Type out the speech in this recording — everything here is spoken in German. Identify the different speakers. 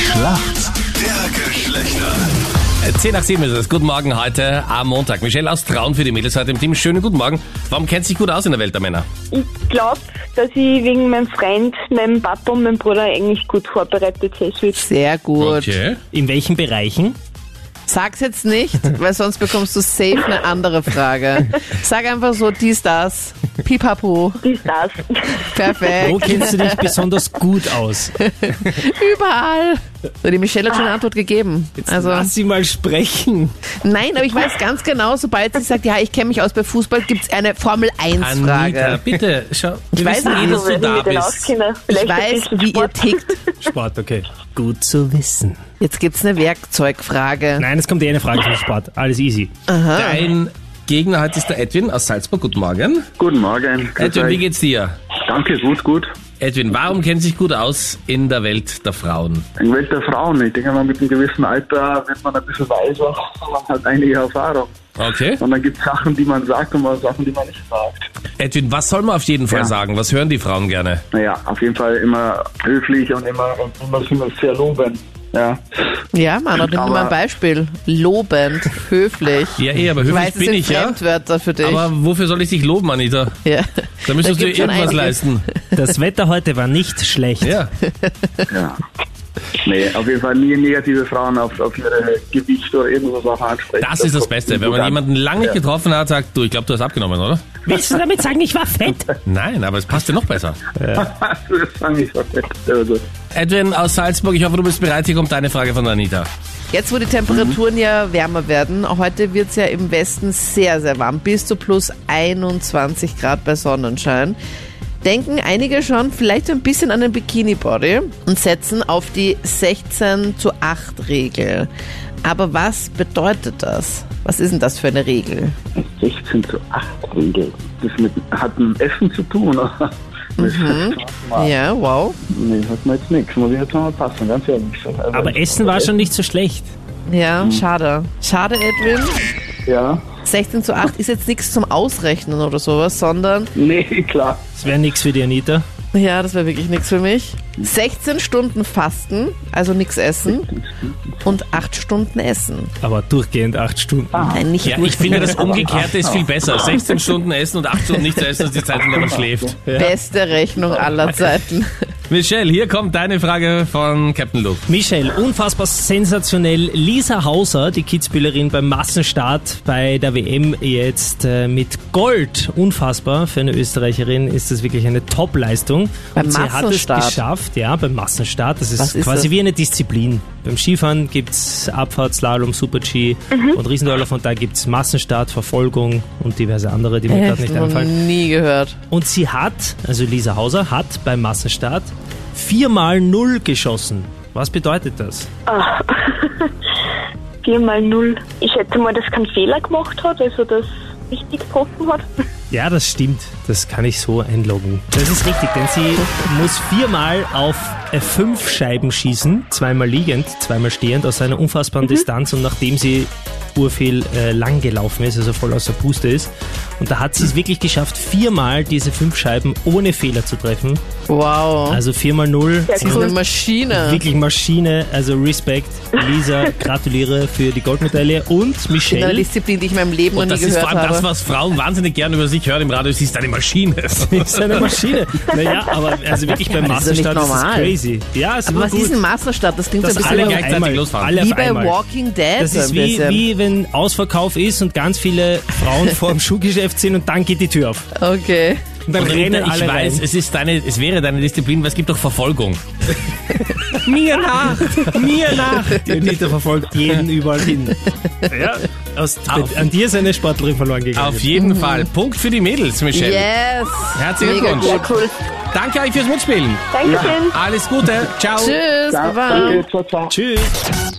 Speaker 1: Schlacht der Geschlechter.
Speaker 2: 10 nach 7 ist es. Guten Morgen heute am Montag. Michelle aus Traun für die Mädels heute im Team. Schönen guten Morgen. Warum kennt sich gut aus in der Welt der Männer?
Speaker 3: Ich glaube, dass ich wegen meinem Freund, meinem Papa und meinem Bruder eigentlich gut vorbereitet sein wird.
Speaker 4: Sehr gut.
Speaker 5: In welchen Bereichen?
Speaker 4: Sag's jetzt nicht, weil sonst bekommst du safe eine andere Frage. Sag einfach so dies, das. Pipapo.
Speaker 3: Dies, das.
Speaker 5: Wo
Speaker 4: Perfekt.
Speaker 5: kennst du dich besonders gut aus?
Speaker 4: Überall. So, die Michelle hat schon eine Antwort gegeben. Also,
Speaker 5: Lass sie mal sprechen.
Speaker 4: nein, aber ich weiß ganz genau, sobald sie sagt, ja, ich kenne mich aus bei Fußball, gibt's eine
Speaker 2: Anita,
Speaker 4: Formel-1-Frage.
Speaker 2: bitte, schau. Wir
Speaker 3: Also,
Speaker 4: weiß
Speaker 2: wissen eh,
Speaker 4: nicht,
Speaker 2: dass du da bist.
Speaker 3: Auskennen.
Speaker 4: Ich
Speaker 3: Vielleicht ein
Speaker 4: weiß,
Speaker 3: bisschen
Speaker 4: wie ihr
Speaker 3: Sport.
Speaker 4: tickt.
Speaker 5: Sport, okay. Gut zu wissen.
Speaker 4: Jetzt gibt's eine Werkzeugfrage.
Speaker 5: Nein, es kommt eh eine Frage zum Sport. Alles easy.
Speaker 2: Dein Gegner heute ist der Edwin aus Salzburg. Guten Morgen.
Speaker 6: Guten Morgen. Grüß
Speaker 2: Edwin, wie
Speaker 6: euch.
Speaker 2: geht's dir?
Speaker 6: Danke, gut, gut.
Speaker 2: Edwin, warum kennt sich gut aus in der Welt der Frauen?
Speaker 6: In Welt der Frauen, ich denke mal, mit einem gewissen Alter wird man ein bisschen weiser, man hat einige Erfahrung.
Speaker 2: Okay.
Speaker 6: Und dann gibt es Sachen, die man sagt und mal Sachen, die man nicht sagt.
Speaker 2: Edwin, was soll man auf jeden Fall
Speaker 6: Ja.
Speaker 2: sagen? Was hören die Frauen gerne?
Speaker 6: Naja, auf jeden Fall immer höflich und immer, und immer, immer sehr loben. Ja.
Speaker 4: Ja, Manu, nimm mir mal ein
Speaker 6: Aber-
Speaker 4: Beispiel. Lobend, höflich.
Speaker 2: Ja, eh, aber
Speaker 4: Ich
Speaker 2: höflich
Speaker 4: weiß, es
Speaker 2: bin
Speaker 4: sind
Speaker 2: ich, ja.
Speaker 4: Fremdwörter für dich.
Speaker 2: Aber wofür soll ich dich loben, Anita?
Speaker 4: ja.
Speaker 2: Da müsstest du
Speaker 4: gibt's
Speaker 2: dir
Speaker 4: schon
Speaker 2: irgendwas
Speaker 4: einiges.
Speaker 2: leisten.
Speaker 5: Das Wetter heute war nicht schlecht.
Speaker 2: Ja.
Speaker 6: ja. Nee, auf jeden Fall nie negative Frauen auf, auf ihre Gewicht oder irgendwas Sachen ansprechen.
Speaker 2: Das ist das
Speaker 6: kommt
Speaker 2: Beste.
Speaker 6: gut
Speaker 2: Wenn man
Speaker 6: an.
Speaker 2: jemanden lange nicht getroffen hat, sagt, du, ich glaube, du hast abgenommen, oder?
Speaker 5: Willst du damit sagen, ich war fett?
Speaker 2: Nein, aber es passt dir noch besser.
Speaker 6: das fand ich so fett. Also,
Speaker 2: Edwin aus Salzburg, ich hoffe, du bist bereit. Hier kommt deine Frage von Anita.
Speaker 4: Jetzt, wo die Temperaturen ja wärmer werden, heute wird's ja im Westen sehr, sehr warm, bis zu plus 21 Grad bei Sonnenschein. Denken einige schon vielleicht ein bisschen an den Bikini-Body und setzen auf die 16 zu 8 Regel. Aber was bedeutet das? Was ist denn das für eine Regel?
Speaker 6: 16 zu 8 Regel. Das mit, hat mit Essen zu tun, oder? Mhm.
Speaker 4: Ja, wow.
Speaker 6: Nee, sagt mir jetzt nichts. Muss ich jetzt nochmal passen, ganz ehrlich. Also,
Speaker 5: Aber Essen war schon nicht so schlecht.
Speaker 4: Ja, schade. Schade, Edwin.
Speaker 6: Ja.
Speaker 4: 16 zu 8 ist jetzt nichts zum Ausrechnen oder sowas, sondern
Speaker 6: Nee, klar.
Speaker 5: Das wäre nichts für die Anita.
Speaker 4: Ja, das wäre wirklich nichts für mich. 16 Stunden Fasten, also nichts essen. Und 8 Stunden essen.
Speaker 5: Aber durchgehend acht Stunden.
Speaker 4: Nein, nicht
Speaker 2: Ja,
Speaker 4: nur
Speaker 2: ich finde, das
Speaker 4: essen.
Speaker 2: Umgekehrte ist viel besser. 16 Stunden essen und 8 Stunden nicht zu essen ist die Zeit, in der man schläft.
Speaker 4: Beste Rechnung aller Zeiten.
Speaker 2: Michelle, hier kommt deine Frage von Captain Luke.
Speaker 5: Michelle, unfassbar sensationell. Lisa Hauser, die Kitzbühelerin beim Massenstart bei der WM jetzt äh, mit Gold. Unfassbar. Für eine Österreicherin ist das wirklich eine Top-Leistung.
Speaker 4: Beim
Speaker 5: Und sie hat es
Speaker 4: Massenstart?
Speaker 5: geschafft, ja, beim Massenstart. Das
Speaker 4: Was
Speaker 5: ist,
Speaker 4: ist
Speaker 5: quasi
Speaker 4: das?
Speaker 5: wie eine Disziplin. Beim Skifahren gibt's Abfahrt, Slalom, Super-G
Speaker 4: Mhm.
Speaker 5: und Riesendorlauf und da gibt's Massenstart, Verfolgung und diverse andere, die mir gerade nicht
Speaker 4: noch
Speaker 5: einfallen.
Speaker 4: nie gehört.
Speaker 5: Und sie hat, also Lisa Hauser, hat beim Massenstart viermal Null geschossen. Was bedeutet das?
Speaker 3: Vier mal null. Ich schätze mal, dass kein Fehler gemacht hat, also dass richtig getroffen hat.
Speaker 5: Ja, das stimmt. Das kann ich so einloggen. Das ist richtig, denn sie muss viermal auf äh, fünf Scheiben schießen, zweimal liegend, zweimal stehend, aus einer unfassbaren
Speaker 3: Mhm.
Speaker 5: Distanz und nachdem sie urviel äh, lang gelaufen ist, also voll außer Puste ist. Und da hat sie es wirklich geschafft, viermal diese fünf Scheiben ohne Fehler zu treffen.
Speaker 4: Wow.
Speaker 5: Also viermal null.
Speaker 3: Sehr
Speaker 4: Sie ist
Speaker 3: cool.
Speaker 4: eine Maschine.
Speaker 5: Wirklich Maschine, also Respekt. Lisa, gratuliere für die Goldmedaille und
Speaker 3: Genau,
Speaker 4: In einer
Speaker 5: Michelle.
Speaker 4: Disziplin, die ich in meinem Leben noch
Speaker 2: Und
Speaker 4: nie
Speaker 2: das ist vor
Speaker 4: gehört
Speaker 2: allem das,
Speaker 4: habe.
Speaker 2: was Frauen wahnsinnig gern über sich hören im Radio. Sie ist eine Maschine.
Speaker 5: Ist eine Maschine. Naja, aber also wirklich beim
Speaker 4: Das ist doch nicht
Speaker 5: Massenstart ist das
Speaker 4: normal.
Speaker 5: crazy. Ja, es
Speaker 4: Aber
Speaker 5: war
Speaker 4: was
Speaker 5: gut.
Speaker 4: ist ein Maßenstab? Das klingt so
Speaker 5: dass
Speaker 4: ein bisschen
Speaker 5: alle
Speaker 2: auf-
Speaker 5: gleichzeitig
Speaker 2: einmal.
Speaker 5: losfahren.
Speaker 2: Alle
Speaker 4: wie
Speaker 2: auf
Speaker 4: bei
Speaker 2: einmal.
Speaker 4: Walking Dead.
Speaker 5: das
Speaker 4: so ein
Speaker 5: ist wie,
Speaker 4: bisschen.
Speaker 5: wie wenn Ausverkauf ist und ganz viele Frauen vor dem Schuhgeschäft sind und dann geht die Tür auf.
Speaker 4: Okay.
Speaker 5: Und dann
Speaker 2: Und
Speaker 5: rennen
Speaker 2: Rita, ich
Speaker 5: alle
Speaker 2: weiß,
Speaker 5: rein.
Speaker 2: es, ist deine, es wäre deine Disziplin, weil es gibt doch Verfolgung.
Speaker 5: Mir nach, mir nach. Die Anita verfolgt jeden überall hin. Ja, aus,
Speaker 2: Auf-
Speaker 5: an dir ist eine Sportlerin verloren gegangen.
Speaker 2: Auf jeden Fall. Punkt für die Mädels, Michelle.
Speaker 4: Yes.
Speaker 2: Herzlichen
Speaker 4: Mhm. Mega
Speaker 2: Glückwunsch.
Speaker 4: gut.
Speaker 3: Cool.
Speaker 2: Danke euch fürs Mitspielen.
Speaker 3: Dankeschön.
Speaker 2: Alles Gute. Ciao.
Speaker 4: Tschüss.
Speaker 6: Ja,
Speaker 4: Baba.
Speaker 6: danke, ciao, ciao.
Speaker 5: Tschüss.